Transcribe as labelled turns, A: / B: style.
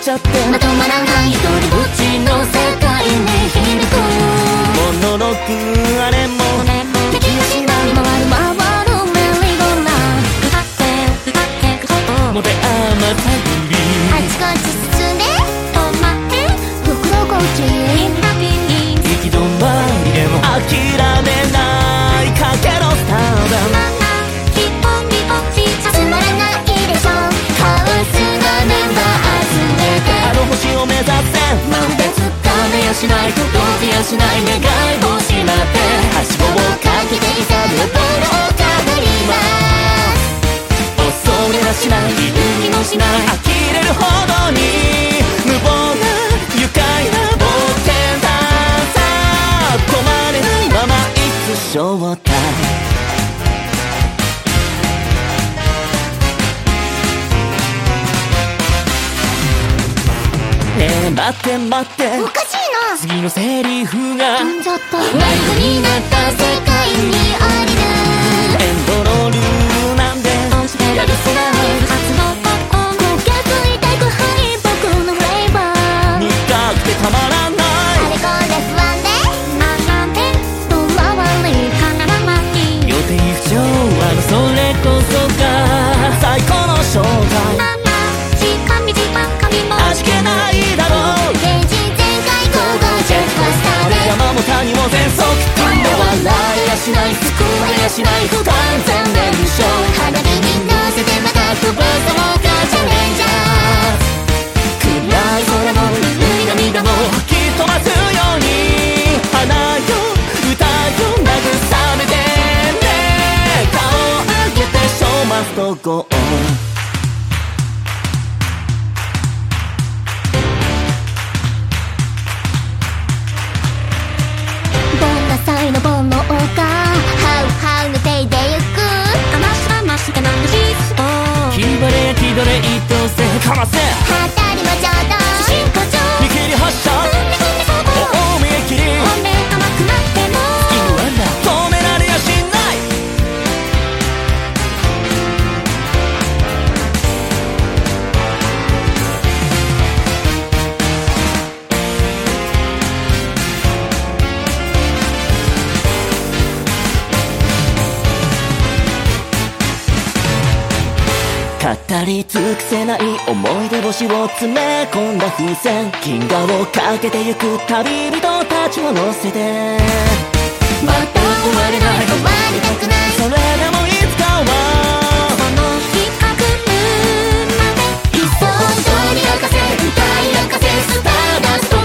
A: ちゃって
B: まとまらない一人ぼっちの世界に響く
A: モノローグあれも
B: ごめんできやしない回る回るメリーゴーラン歌って歌って歌おう
A: もてあまたぐり
B: あちこち進んで止まって袋こっちみんなピン
A: 行き止まりでも諦めないかけろスターダム
B: ママ一本二本ピッチャつまらないでしょカオスなメンバ
A: あ
B: ー集めて
A: の星を目指せ
B: まるでつかめやしないとどうやしない願い星なってはしごをかけていさぶボールをかぶります
A: 恐れはしない自分にもしない呆れるほどに無謀な愉快な冒険ださ止まれないままいつ正体ねえ待って待って
B: おかしいな
A: 次のセリフが
B: 飛んじゃった迷子になった世界にありる
A: エンドロールなんで
B: やるせない初のパンコン焦げついてく敗北のフレーバー
A: 苦くてたまらない
B: あれこれ不安で学んでとわわりからまに
A: 予定不調和のそれこそが最高の正体
B: ママ近道ばっかりも
A: 味気ないだろう
B: 現実全開ゴーゴージェットスターで
A: 山も谷も全速飛んで笑いやしない救われやしない不完全燃焼
B: 花火に乗せてまた飛ばそうかチャレンジャ
A: 暗い空も海涙も吹き飛ばすように花よ歌よ慰めてね顔を上げてショーマストゴー
B: ーどんな才の煩悩かハウハウの手でゆくかましかましかなのヒスボ
A: 気晴れ気取れ一等星かませ
B: 当たりも上等進行上
A: 見切り発車
B: 運命運命そ
A: おお
B: ぼ
A: 見切り
B: 本命甘くなっても
A: 止められやしない語り尽くせない思い出星を詰め込んだ風船銀河をかけてゆく旅人たちを乗せてまた終われない
B: 終わりたくない
A: それでもいつかは
B: その日かくるまで理想を通り明かせ歌い明かせスターダスト